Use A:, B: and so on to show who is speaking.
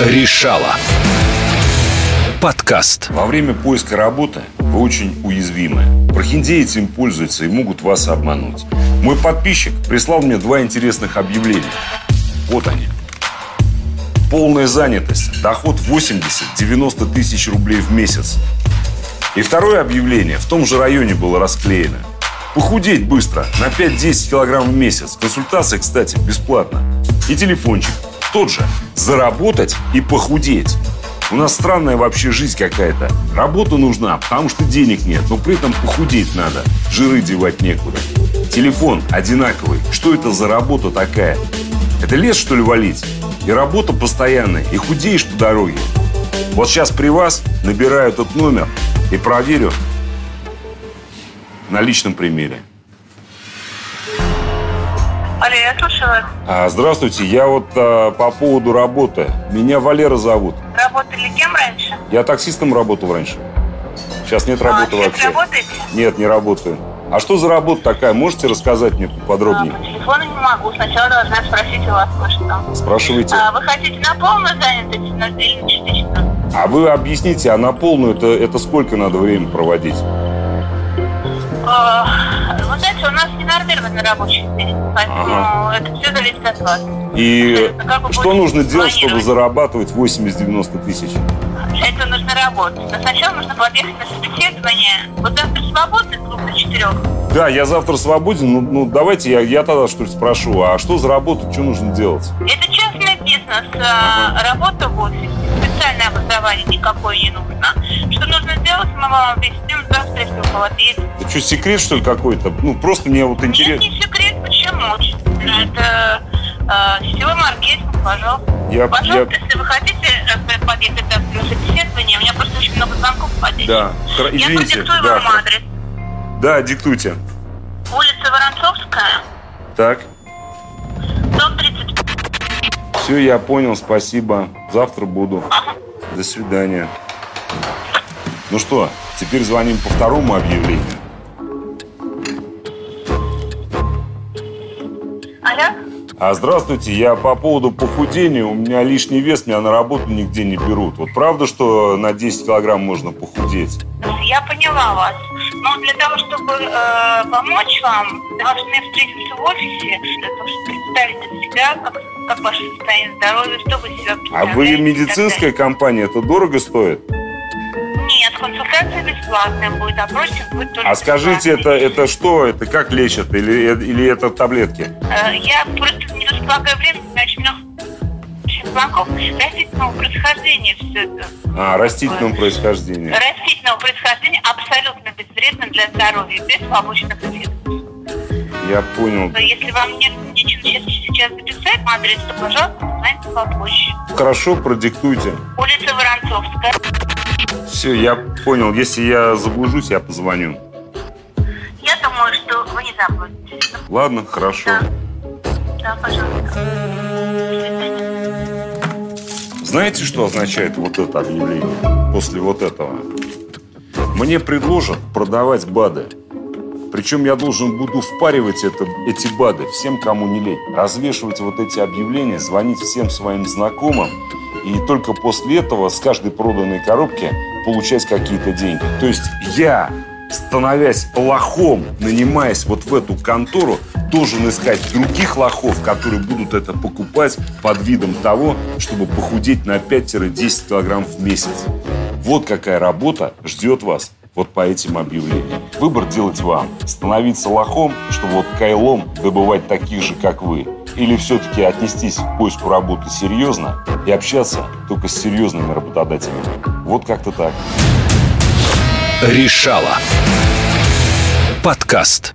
A: решала. Подкаст.
B: Во время поиска работы вы очень уязвимы. Прохиндеи этим пользуются и могут вас обмануть. Мой подписчик прислал мне два интересных объявления. Вот они. Полная занятость. Доход 80-90 тысяч рублей в месяц. И второе объявление в том же районе было расклеено. Похудеть быстро, на 5-10 килограмм в месяц. Консультация, кстати, бесплатно. И телефончик тот же. Заработать и похудеть. У нас странная вообще жизнь какая-то. Работа нужна, потому что денег нет, но при этом похудеть надо. Жиры девать некуда. Телефон одинаковый. Что это за работа такая? Это лес, что ли, валить? И работа постоянная, и худеешь по дороге. Вот сейчас при вас набираю этот номер и проверю на личном примере.
C: Алло, я слушаю вас.
B: А, Здравствуйте, я вот а, по поводу работы. Меня Валера зовут.
C: Работали кем раньше?
B: Я таксистом работал раньше. Сейчас нет
C: А,
B: работы
C: сейчас
B: вообще.
C: работаете?
B: Нет, не работаю. А что за работа такая? Можете рассказать мне
C: А,
B: поподробнее?
C: по телефону не могу. Сначала должна спросить у вас кое-что.
B: Спрашивайте.
C: А, вы хотите на полную занятость на или на частичную?
B: А вы объясните, а на полную это, это сколько надо время проводить?
C: А, Вы знаете, у нас не нормированный рабочий день, поэтому
B: Ага.
C: это все зависит от вас.
B: И
C: Интересно, как вы
B: что
C: будете
B: нужно делать, чтобы
C: планировать?
B: зарабатывать 80-90 тысяч?
C: Для этого нужно работать. Но сначала нужно подъехать на собеседование. Вот завтра свободный клуб до четырех.
B: Да, я завтра свободен, ну, ну, давайте я, я тогда что ли спрошу, а что за работу, что нужно делать?
C: Это частный бизнес, а, работа в офисе, специальное образование никакое не нужно. Что нужно сделать, мы вам объясним завтра, если у кого-то есть.
B: Это что, секрет что ли какой-то? Ну просто мне вот
C: Нет,
B: интересно.
C: не секрет, почему? Это э, сетевой маркетинг, пожалуйста.
B: Я-
C: пожалуйста, если вы хотите э, подъехать завтра на собеседование, у меня просто очень много звонков по день.
B: Да, хра-
C: Я
B: извините.
C: продиктую
B: Да,
C: вам
B: хра-
C: адрес.
B: да, диктуйте.
C: Улица Воронцовская,
B: Так,
C: дом 35.
B: все, я понял, спасибо. Завтра буду. До свидания. Ну что, теперь звоним по второму объявлению.
C: Алло?
B: А здравствуйте, я по поводу похудения, у меня лишний вес, меня на работу нигде не берут. Вот правда, что на 10 килограмм можно похудеть?
C: Ну, Я поняла вас. Но для того, чтобы э, помочь вам, должны встретиться в офисе, для того, чтобы представить себя, как, как ваше состояние здоровья, что вы себя
B: А
C: представляете.
B: вы
C: и
B: медицинская компания, это дорого стоит?
C: так далее. Нет, консультация бесплатная будет, опросик будет только
B: А скажите, это,
C: бесплатный.
B: это что? Это как лечат? Или, или это таблетки?
C: Э, я просто не располагаю время, у меня очень много очень звонков. Растительного происхождения все это.
B: А, растительного происхождения.
C: Растительного происхождения абсолютно безвредно для здоровья, без побочных эффектов.
B: Я понял.
C: Но Если вам нет нечего сейчас, сейчас записать адрес, то, пожалуйста, звоните попозже.
B: Хорошо, продиктуйте.
C: Улица Воронцовская.
B: Все, я понял. Если я заблужусь, я позвоню.
C: Я думаю, что вы не забудете.
B: Ладно, хорошо.
C: Да. Да, пожалуйста. До свидания.
B: Знаете, что означает вот это объявление после вот этого? Мне предложат продавать БАДы. Причем я должен буду впаривать это, эти БАДы всем, кому не лень. Развешивать вот эти объявления, звонить всем своим знакомым. И только после этого с каждой проданной коробки получать какие-то деньги. То есть я, становясь лохом, нанимаясь вот в эту контору, должен искать других лохов, которые будут это покупать под видом того, чтобы похудеть на 5-10 килограмм в месяц. Вот какая работа ждет вас вот по этим объявлениям. Выбор делать вам. Становиться лохом, чтобы вот кайлом добывать таких же, как вы. Или все-таки отнестись к поиску работы серьезно и общаться только с серьезными работодателями. Вот как-то так.
A: Решала. Подкаст.